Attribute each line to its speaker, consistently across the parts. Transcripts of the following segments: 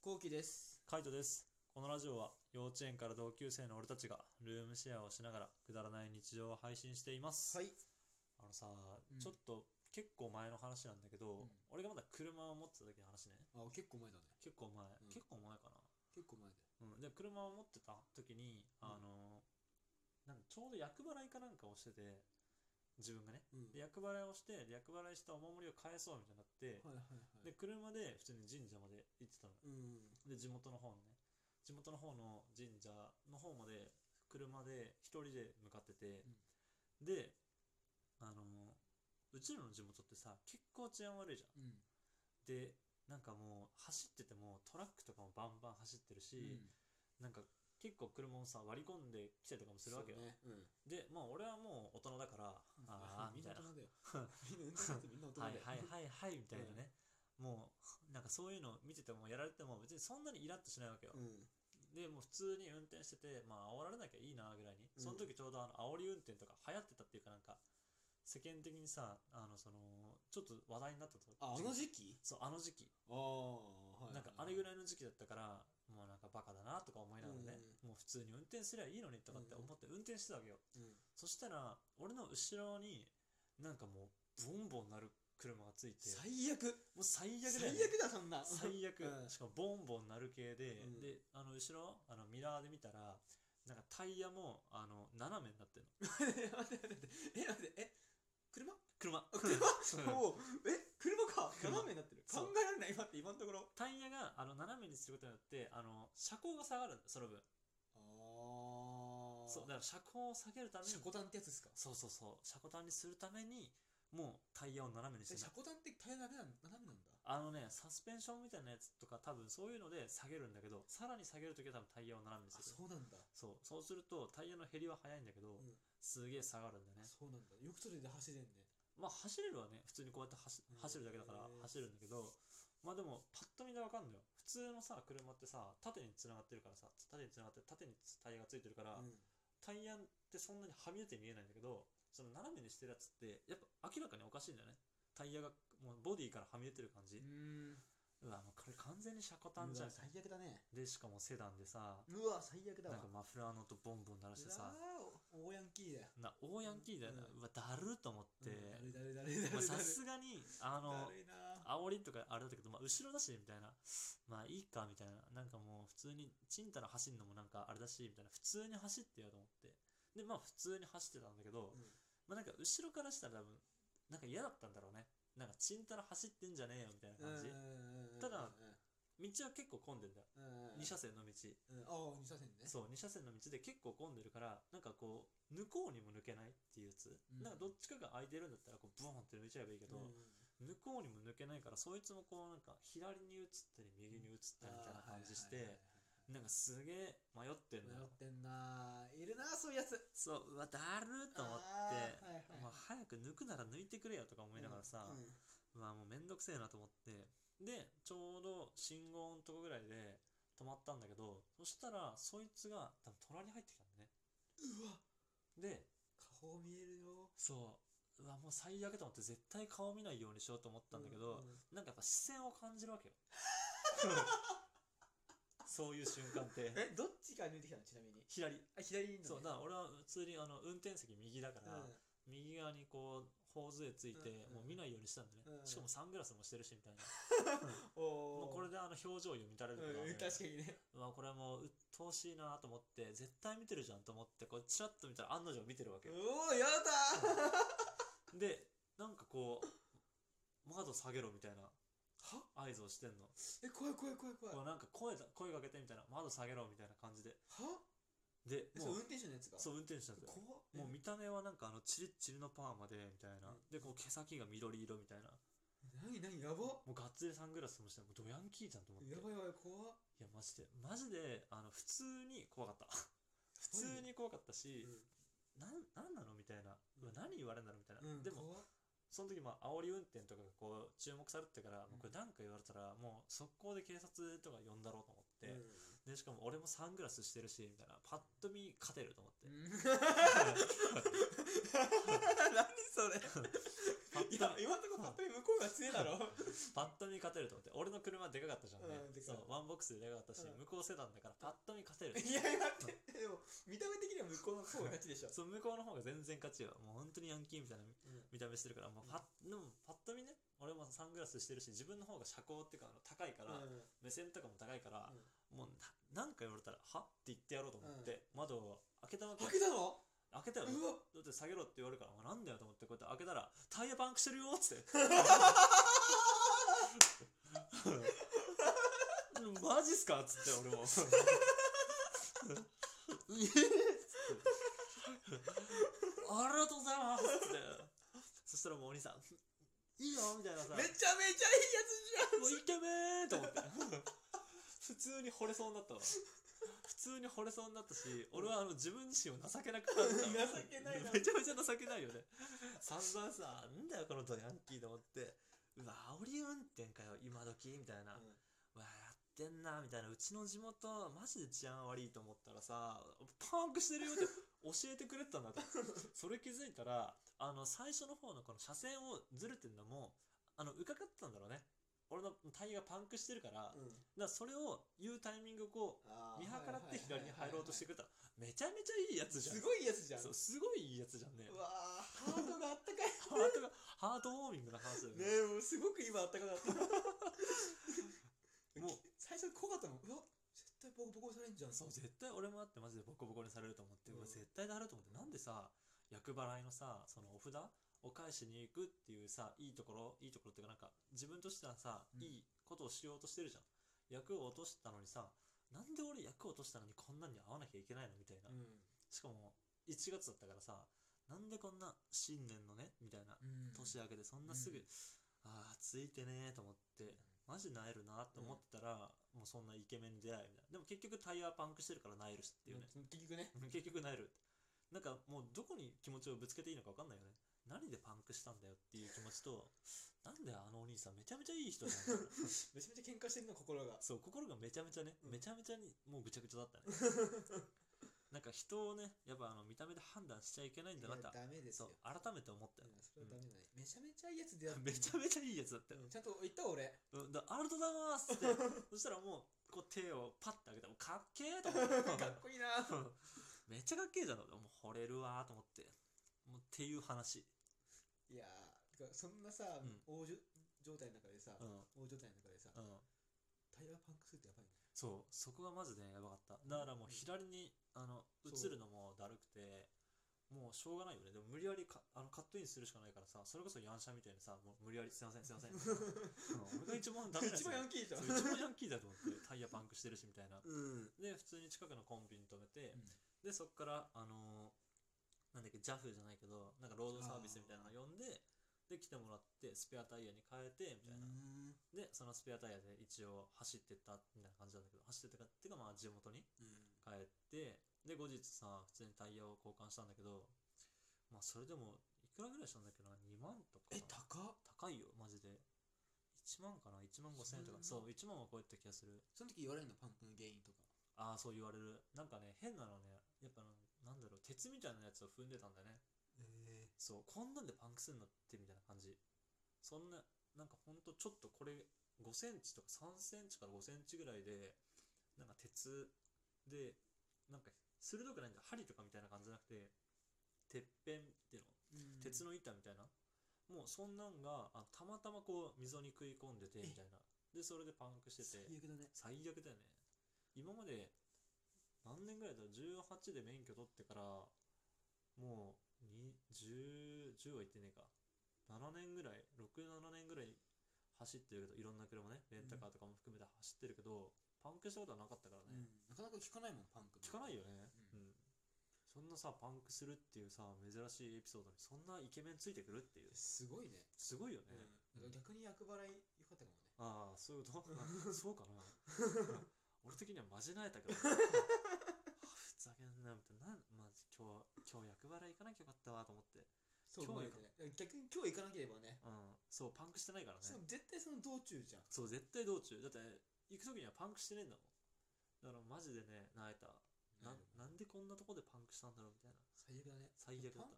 Speaker 1: こうきです。
Speaker 2: カイトです。このラジオは幼稚園から同級生の俺たちがルームシェアをしながらくだらない日常を配信しています。
Speaker 1: はい。
Speaker 2: あのさ、
Speaker 1: うん
Speaker 2: ちょっと結構前の話なんだけ
Speaker 1: う
Speaker 2: ど、
Speaker 1: ん
Speaker 2: 俺がまだ車を持ってた時の話ね。
Speaker 1: あ、結構前だね。
Speaker 2: 結構前、
Speaker 1: ん
Speaker 2: 結構前か
Speaker 1: 結構前だよ。
Speaker 2: な。うん、で車を持ってた時に、
Speaker 1: うん
Speaker 2: あの、なんかちょうど厄払いかなんかをしてて、自分がね。
Speaker 1: うん。
Speaker 2: で厄払いをして、で厄払いしたお守りを返そうみたいになって、
Speaker 1: はいはいは
Speaker 2: で
Speaker 1: い。
Speaker 2: 車で普通に神社まで行ってたの。
Speaker 1: うん。
Speaker 2: で地元の方のね地元の方の神社の方まで車で一人で向かってて、であのうちらの地元ってさ結構治安悪いじゃん
Speaker 1: うん。
Speaker 2: でなんかもう走っててもトラックとかもバンバン走ってる
Speaker 1: う
Speaker 2: し、なんか結構車もさ割り込んできたりとかもするわけ
Speaker 1: そ
Speaker 2: よ、
Speaker 1: うねうん。
Speaker 2: でまあ俺はもう大人だか ら、ああみたいな
Speaker 1: みんな大人だよ。みんな運転する 人みんな大人
Speaker 2: は
Speaker 1: だよ。
Speaker 2: いはいはいはいみたいなね、もうなんかそういうの見ててもやられても別にそんなにイラッとしないわけよ、
Speaker 1: うん。
Speaker 2: でもう普通に運転してて、まあ煽られなきゃいいなぐらいに、
Speaker 1: うん
Speaker 2: その時ちょうどあの煽り運転とか流行ってたっていうか、なんか世間的にさ、あのそのちょっと話題になったと
Speaker 1: あ、あの時期
Speaker 2: そうあの時期、
Speaker 1: ああ、はいはいはい。
Speaker 2: なんかあれぐ
Speaker 1: い。
Speaker 2: らいの時期だったから、もうなんかバカだなとか思いながらね、もう普通に運転すりゃいいのにとかって思って運転してたわけよ。
Speaker 1: うん。
Speaker 2: そしたら、俺の後ろになんかもうボンボン鳴る車がついて、
Speaker 1: 最悪
Speaker 2: もう最悪だ
Speaker 1: 最
Speaker 2: よね。
Speaker 1: 悪だ、そんな。
Speaker 2: 最悪、
Speaker 1: うん
Speaker 2: しかもボンボンなる系で、
Speaker 1: うん
Speaker 2: であの後ろあのミラーで見たらなんかタイヤもあの斜めになってるの
Speaker 1: 待って待って待って。え、待って、え、 車
Speaker 2: 車
Speaker 1: 車
Speaker 2: うん
Speaker 1: おうえ、車か。
Speaker 2: 車
Speaker 1: 斜めになってる。
Speaker 2: そ
Speaker 1: 考
Speaker 2: う
Speaker 1: えられない、今って、今のところ。
Speaker 2: タイヤがあの斜めにすることによってあの車高が下がるその分
Speaker 1: ああ。
Speaker 2: そうだから車高を下げるために
Speaker 1: 車庫端ってやつですか
Speaker 2: そうそうそう車高端にするためにもうタイヤを斜めにし
Speaker 1: え
Speaker 2: てる
Speaker 1: 車庫端ってタイヤ斜めなん斜めなんだ
Speaker 2: あのねサスペンションみたいなやつとか多分そういうので下げるんだけどさらに下げるときは多分タイヤを斜めに
Speaker 1: あ
Speaker 2: す
Speaker 1: そ
Speaker 2: る
Speaker 1: うなんだ、
Speaker 2: そうそうするとタイヤの減りは早いんだけど、
Speaker 1: うん
Speaker 2: すげえ下がるんだよね
Speaker 1: そうなんだよくそれで走れんね
Speaker 2: まあ走れるはね普通にこうやって走
Speaker 1: うん
Speaker 2: 走るだけだから
Speaker 1: へー
Speaker 2: 走るんだけどまあでもパッと見でわかんのよ普通のさ車ってさ縦につながってるからさ縦につながって縦にタイヤがついてるから、
Speaker 1: うん
Speaker 2: タイヤってそんなにはみ出て見えないんだけどその斜めにしてるやつってやっぱ明らかにおかしいんだよねタイヤがもうボディからはみ出てる感
Speaker 1: う
Speaker 2: じ、
Speaker 1: ん
Speaker 2: うわもうこれ完全に車
Speaker 1: う
Speaker 2: 庫端じゃ
Speaker 1: わ
Speaker 2: ん
Speaker 1: 最悪だね
Speaker 2: でしかもセダンでさ
Speaker 1: うわ最悪だ
Speaker 2: なん
Speaker 1: わ
Speaker 2: かマフラーの音ボンボン鳴らしてさ
Speaker 1: うわー大ヤンキーだよ
Speaker 2: な大ヤンキーだよな、
Speaker 1: う
Speaker 2: うんわだるーと思って、
Speaker 1: うんだるいだるいだるいだ
Speaker 2: ま
Speaker 1: るい
Speaker 2: あさすがにあ
Speaker 1: だ
Speaker 2: の
Speaker 1: るいなあ
Speaker 2: 煽りとかあれだったけど、まあ、後ろだしみたいなまあいいかみたいななんかもう普通にちんたら走るのもなんかあれだしみたいな普通に走ってよと思ってでまあ普通に走ってたんだけど、
Speaker 1: うん
Speaker 2: まあなんか後ろからしたら多分なんか嫌だったんだろうねなんかちんたら走ってんじゃねえよみたいな感
Speaker 1: う
Speaker 2: じ、
Speaker 1: ん
Speaker 2: た
Speaker 1: う
Speaker 2: だ
Speaker 1: ん
Speaker 2: 道は結構混んでんだよ、
Speaker 1: うんうん
Speaker 2: 2車線の道
Speaker 1: うんああ二車線ね
Speaker 2: そう2車線の道で結構混んでるからなんかこう抜こうにも抜けないっていうやつ、
Speaker 1: うん
Speaker 2: なんかどっちかが空いてるんだったらこうブーンって抜いちゃえばいいけど、
Speaker 1: うん
Speaker 2: 向こうにも抜けないからそいつもこうなんか左に移ったり右に移ったりみたいな感じし
Speaker 1: あーはい
Speaker 2: てなんかすげえ迷ってん
Speaker 1: はいはい
Speaker 2: の
Speaker 1: 迷ってんないる
Speaker 2: よ
Speaker 1: なそういうやつ
Speaker 2: そううわだるーと思っ
Speaker 1: あーはい
Speaker 2: て
Speaker 1: はい
Speaker 2: まあ早く抜くなら抜いてくれよとか思いながらさ
Speaker 1: うんうん
Speaker 2: まあもうめんどくせえなと思ってでちょうど信号のとこぐらいで止まったんだけどそしたらそいつが多分隣に入ってきたんだね
Speaker 1: うわ
Speaker 2: で
Speaker 1: 顔見えるよ
Speaker 2: そううわもう最悪と思って絶対顔見ないようにしようと思ったんだけど、
Speaker 1: ううん
Speaker 2: なんかやっぱ視線を感じる わけよそういう瞬間って
Speaker 1: えどっちから抜いてきたのちなみに
Speaker 2: 左
Speaker 1: あ左にいんのね
Speaker 2: そうだから俺は普通にあの運転席右だから、右側にこう頬杖ついて、
Speaker 1: うん
Speaker 2: もう見ないようにしたんだね、
Speaker 1: うん
Speaker 2: しかもサングラスもしてるしみたいな、
Speaker 1: うん、おー
Speaker 2: もうこれであの表情読み取れるから、
Speaker 1: うん、確かにね
Speaker 2: うわこれもう鬱陶しいなと思って絶対見てるじゃんと思ってこうチラッと見たら案の定見てるわけよ、
Speaker 1: おおやだー
Speaker 2: でなんかこう窓下げろみたいな
Speaker 1: は
Speaker 2: 合図をしてんの
Speaker 1: え怖い怖い怖い怖い
Speaker 2: こ
Speaker 1: は
Speaker 2: うなんか声だ声かけてみたいな窓下げろみたいな感じでで
Speaker 1: えそ
Speaker 2: も
Speaker 1: れ
Speaker 2: う
Speaker 1: 運転手のやつが
Speaker 2: そうう運転手なんですよ
Speaker 1: 怖っ
Speaker 2: もう見た目はなんかあのチリッチリのパーマでみたいな、
Speaker 1: うん
Speaker 2: でこう毛先が緑色みたいな
Speaker 1: 何何やば
Speaker 2: もうがっつりサングラスもしてもうドヤンキーじゃんと思ってい
Speaker 1: やばいやばい怖っ
Speaker 2: やマジでマジであの普通に怖かった普
Speaker 1: 怖いね
Speaker 2: 通に怖かったし、
Speaker 1: う
Speaker 2: なん、なんなのみたいな、う
Speaker 1: うん
Speaker 2: わ何言われんだろうみたいな、
Speaker 1: ん、うん、
Speaker 2: でも
Speaker 1: 怖っ
Speaker 2: その時まあ煽り運転とかがこう注目されてたから、もうこれ何か言われたらもう速攻で警察とか呼んだろうと思って、でしかも俺もサングラスしてるしみたいなパッと見勝てると思って
Speaker 1: うん、うん 何それ
Speaker 2: パッと見
Speaker 1: いや今のところぱっと見向こうが強いだろ
Speaker 2: パッと見勝てると思って俺の車でかかったじゃんね、
Speaker 1: うんでか
Speaker 2: そ
Speaker 1: いう
Speaker 2: ワンボックスで出やがったし、
Speaker 1: うん
Speaker 2: 向こう世代だからパッと見勝てる。
Speaker 1: いや待ってでも見た目的には向こうの方が勝ちでしょ、
Speaker 2: そう向こうの方が全然勝ちよ。もう本当にヤンキーみたいな
Speaker 1: うん
Speaker 2: 見た目してるから、もうパッ、でもパッと見ね、俺もサングラスしてるし、自分の方が社交っていうかあの高いから、
Speaker 1: うん
Speaker 2: 目線とかも高いから、もうななんか言われたら、はって言ってやろうと思って、窓を開けたわけ。
Speaker 1: 開けたの
Speaker 2: 開けた
Speaker 1: う
Speaker 2: ら、
Speaker 1: わ
Speaker 2: だって下げろって言われるから、お前なんだよと思って、こうやって開けたら、タイヤパンクしてるよっつって。マジっすかっつって、俺も。えっつってありがとうございますっつって。そしたらもうお兄さん、いいよみたいなさ。
Speaker 1: めちゃめちゃいいやつじゃん
Speaker 2: もうイケメンと思って 普通に惚れそうになったわ普通に惚れそうになったし俺はあの自分自身を 情けなく感じた
Speaker 1: 情けないな
Speaker 2: めちゃめちゃ情けないよね散々さなんだよこのドヤンキーと思ってうわ煽り運転かよ今時みたいな、うわやってんなみたいなうちの地元マジで治安悪いと思ったらさパンクしてるよって教えてくれてた んだとそれ気づいたらあの最初の方のこの車線をずれてんのもあの伺ってたんだろうね俺のタイヤがパンクしてるから、だか
Speaker 1: うん
Speaker 2: らそれを言うタイミングをこ
Speaker 1: あ
Speaker 2: う
Speaker 1: ー
Speaker 2: 見計らって左に入ろうとしてく
Speaker 1: は
Speaker 2: れためちゃめちゃいいやつ
Speaker 1: い
Speaker 2: じゃん
Speaker 1: はいはいはいすごいやつじゃん
Speaker 2: そうすごいいいやつじゃんね
Speaker 1: うわーハートがあったかい
Speaker 2: ハートがハートウォーミングな話だよ
Speaker 1: ね
Speaker 2: ね
Speaker 1: えもうすごく今あったかか った
Speaker 2: も
Speaker 1: も
Speaker 2: う
Speaker 1: う最初怖かったもんうわ絶対ボコボコされんじゃん
Speaker 2: そう絶対俺もあってマジでボコボコにされると思って、
Speaker 1: うん
Speaker 2: うわ絶対だると思ってなんでさ厄払いのさそのお札を返しに行くっていうさいいところいいところっていうかなんか自分としてはさ、
Speaker 1: うん
Speaker 2: いいことをしようとしてるじゃん役を落としたのにさなんで俺役を落としたのにこんなに会わなきゃいけないのみたいな、
Speaker 1: うん
Speaker 2: しかも1月だったからさなんでこんな新年のねみたいな
Speaker 1: うん
Speaker 2: 年明けでそんなすぐ、
Speaker 1: うん
Speaker 2: ああついてねーと思ってマジなえるなと思ってたら、もうそんなイケメンに出会いみたいなでも結局タイヤパンクしてるからなえるしっていうね、
Speaker 1: うん結局ね
Speaker 2: 結局なえるなんかもうどこに気持ちをぶつけていいのか分かんないよね何でパンクしたんだよっていう気持ちとなんであのお兄さんめちゃめちゃいい人じゃん
Speaker 1: めちゃめちゃ喧嘩してるの心が
Speaker 2: そう心がめちゃめちゃね、
Speaker 1: うん
Speaker 2: めちゃめちゃにもうぐちゃぐちゃだったねなんか人をねやっぱあの見た目で判断しちゃいけないんだなっ
Speaker 1: い
Speaker 2: て
Speaker 1: やダメです
Speaker 2: そ
Speaker 1: よ
Speaker 2: う改めて思ったよ
Speaker 1: うん、それはダメだねめちゃめちゃいいやつでや
Speaker 2: うんめちゃ めちゃいいやつだったよ、
Speaker 1: ちゃんと言ったわ俺
Speaker 2: うん、だありがとうございますって そしたらもうこう手をパッて上げたらもうかっけえと思って
Speaker 1: かっこいいな
Speaker 2: うん めっちゃかっけえじゃんもう惚れるわーと思ってもうっていう話、
Speaker 1: いやーてかそんなさ、
Speaker 2: うん
Speaker 1: 大じゅ状態の中でさ、
Speaker 2: うん
Speaker 1: 大状態の中でさ、
Speaker 2: うん、
Speaker 1: タイヤパンクするってやばいね
Speaker 2: そうそこがまずねやばかっただからもう左にあの
Speaker 1: そう
Speaker 2: 映るのもだるくてもうしょうがないよねでも無理やりかあのカットインするしかないからさそれこそヤンシャみたいにさもう無理やりすいませんす い ません、うん、俺が一番ダメなやつ
Speaker 1: 一番ヤンキーじゃん
Speaker 2: そう 一番ヤンキーだと思ってタイヤパンクしてるしみたいな
Speaker 1: うん
Speaker 2: で普通に近くのコンビニ止めて、
Speaker 1: うん
Speaker 2: でそこからあのーなんだっけ JAF じゃないけどなんかロードサービスみたいなの呼んでで来てもらってスペアタイヤに変えてみたいな、でそのスペアタイヤで一応走ってったみたいな感じなんだけど走ってったかっていうかまあ地元に帰ってで後日さ普通にタイヤを交換したんだけどまあそれでもいくらぐらいしたんだっけな2万とか
Speaker 1: え高っ
Speaker 2: 高いよマジで1万かな1万5000円とか
Speaker 1: そ
Speaker 2: そ
Speaker 1: ん
Speaker 2: う1万は超えた気がする
Speaker 1: その時言われるのパンクの原因とか
Speaker 2: ああそう言われるなんかね変なのねやっぱななんだろう鉄みたいなやつを踏んでたんだよね
Speaker 1: え
Speaker 2: そうこんなんでパンクするのってみたいな感じそんななんかほんとちょっとこれ5センチとか3センチから5センチぐらいでなんか鉄でなんか鋭くないんだ針とかみたいな感じじゃなくててっぺんっていうの
Speaker 1: ー
Speaker 2: 鉄の板みたいな、もうそんなんがあたまたまこう溝に食い込んでてみたいなでそれでパンクして
Speaker 1: 最
Speaker 2: て
Speaker 1: 悪だね
Speaker 2: 最悪だよね今まで何年ぐらいだろう18で免許取ってからもうに10 10は言ってねえか7年ぐらい67年ぐらい走ってるけどいろんな車ねレンタカーとかも含めて走ってるけど、パンクしたことはなかったからね、
Speaker 1: なかなか聞かないもんパンク
Speaker 2: 聞かないよね、
Speaker 1: う
Speaker 2: うんそんなさパンクするっていうさ珍しいエピソードにそんなイケメンついてくるっていう
Speaker 1: すごいね
Speaker 2: すごいよね、
Speaker 1: うん逆に厄払いよかったかもね
Speaker 2: ああそういうこと そうかな俺的にはマジなえたけどあふざけんなみたいななんまあ、今日今日役払い行かなきゃよかったわと思って
Speaker 1: そう
Speaker 2: 今
Speaker 1: 今
Speaker 2: 日
Speaker 1: 日逆に今日行かなければね
Speaker 2: うんそうパンクしてないからね
Speaker 1: そう絶対その道中じゃん
Speaker 2: そう絶対道中だって行く時にはパンクしてねえんだもんだからマジでねなえたな
Speaker 1: な
Speaker 2: なんでこんなとこでパンクしたんだろうみたいな
Speaker 1: 最悪だね
Speaker 2: 最悪だっ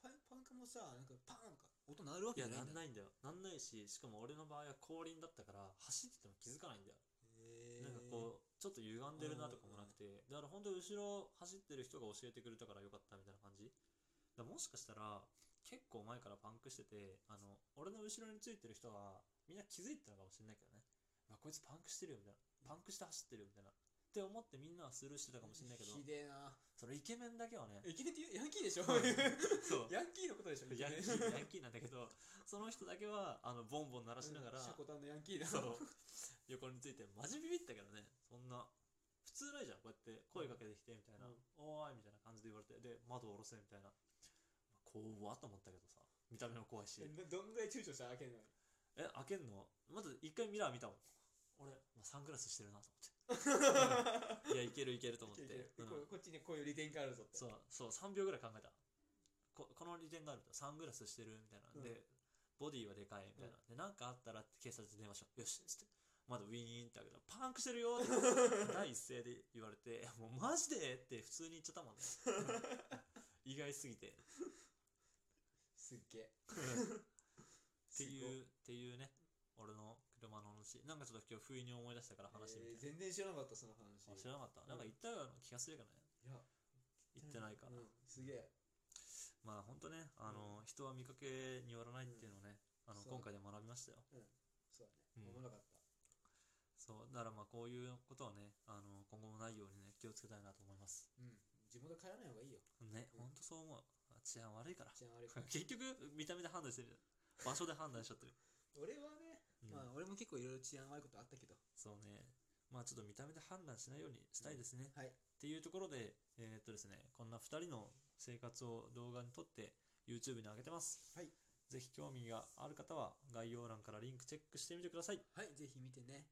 Speaker 1: パンパンクもさなんかパーンとか音鳴るわ
Speaker 2: たい
Speaker 1: け
Speaker 2: や
Speaker 1: じゃない
Speaker 2: なんん
Speaker 1: だ
Speaker 2: ないんだよなんないししかも俺の場合は後輪だったから走ってても気づかないんだよ
Speaker 1: へー
Speaker 2: なんかこちょっと歪んでるなとかもなくて、だから本当に後ろ走ってる人が教えてくれたからよかったみたいな感じ。だからもしかしたら、結構前からパンクしてて、あの、俺の後ろについてる人は、みんな気づいてたのかもしれないけどね。まあ、こいつパンクしてるよみたいな。パンクして走ってるよみたいな。って思ってみんなはスルーしてたかもしれないけど、
Speaker 1: ひでえな
Speaker 2: そのイケメンだけはね、
Speaker 1: えイケメンってヤンキーでしょ
Speaker 2: そ う。
Speaker 1: ヤンキーのことでしょ
Speaker 2: ヤンキ
Speaker 1: イケメン
Speaker 2: ー、ヤンキーなんだけど、その人だけは、あの、ボンボン鳴らしながら、
Speaker 1: シャコタンのヤンキーだ
Speaker 2: その、横について、マジビビったけどね、そんな、普通ないじゃん、こうやって声かけてきて、みたいな、
Speaker 1: うん
Speaker 2: おーい、みたいな感じで言われて、で、窓を下ろせ、みたいな。怖っと思ったけどさ、見た目も怖いし。
Speaker 1: えどんぐらい躊躇した開けんのに
Speaker 2: え、開けんのまず一回ミラー見たもん。俺、まあ、サングラスしてるなと 思って。いや、いけるいけると思って。
Speaker 1: いけるいけ
Speaker 2: う
Speaker 1: る
Speaker 2: ん
Speaker 1: ここっちにこういう利点があるぞって
Speaker 2: そう、そう、3秒ぐらい考えた。ここの利点があるみたいな。サングラスしてるみたいな。
Speaker 1: うん
Speaker 2: で、ボディはでかいみたいな。で、なんかあったら警察に電話しよう。よし、つって。まだウィーンって開けたら、パンクしてるよって 第一声で言われて、もうマジでって普通に言っちゃった もんね。意外すぎて。
Speaker 1: すっげえ
Speaker 2: っていう、っていうね。俺の車の話。なんかちょっと今日不意に思い出したから話してみ
Speaker 1: えー
Speaker 2: て。
Speaker 1: 全然知らなかったその話
Speaker 2: あ知らなかった。なんか
Speaker 1: うん
Speaker 2: 言ったような気がするけどね。
Speaker 1: いや
Speaker 2: 言ってないから。
Speaker 1: うんすげえ
Speaker 2: まあ本当ね、あの、人は見かけによらないっていうのをね、あの、
Speaker 1: そう
Speaker 2: 今回で学びましたよ。
Speaker 1: そうだ
Speaker 2: うん
Speaker 1: ね危なかった
Speaker 2: そう、だからまあこういうことはね、あの、今後もないようにね、気をつけたいなと思います。
Speaker 1: うん地元帰らない方がいいよ
Speaker 2: ね、
Speaker 1: うん
Speaker 2: 本当そう思う。治安悪いから。
Speaker 1: 治安悪いから
Speaker 2: 結局、見た目で判断してる。場所で判断しちゃってる。
Speaker 1: 俺はね
Speaker 2: うん
Speaker 1: まあ俺も結構いろいろ治安悪いことあったけど
Speaker 2: そうね。まあちょっと見た目で判断しないようにしたいですね。
Speaker 1: はい
Speaker 2: っていうところで、えーっとですね、こんな2人の生活を動画に撮って YouTube に上げてます。
Speaker 1: はい
Speaker 2: ぜひ興味がある方は概要欄からリンクチェックしてみてください。
Speaker 1: はいぜひ見てね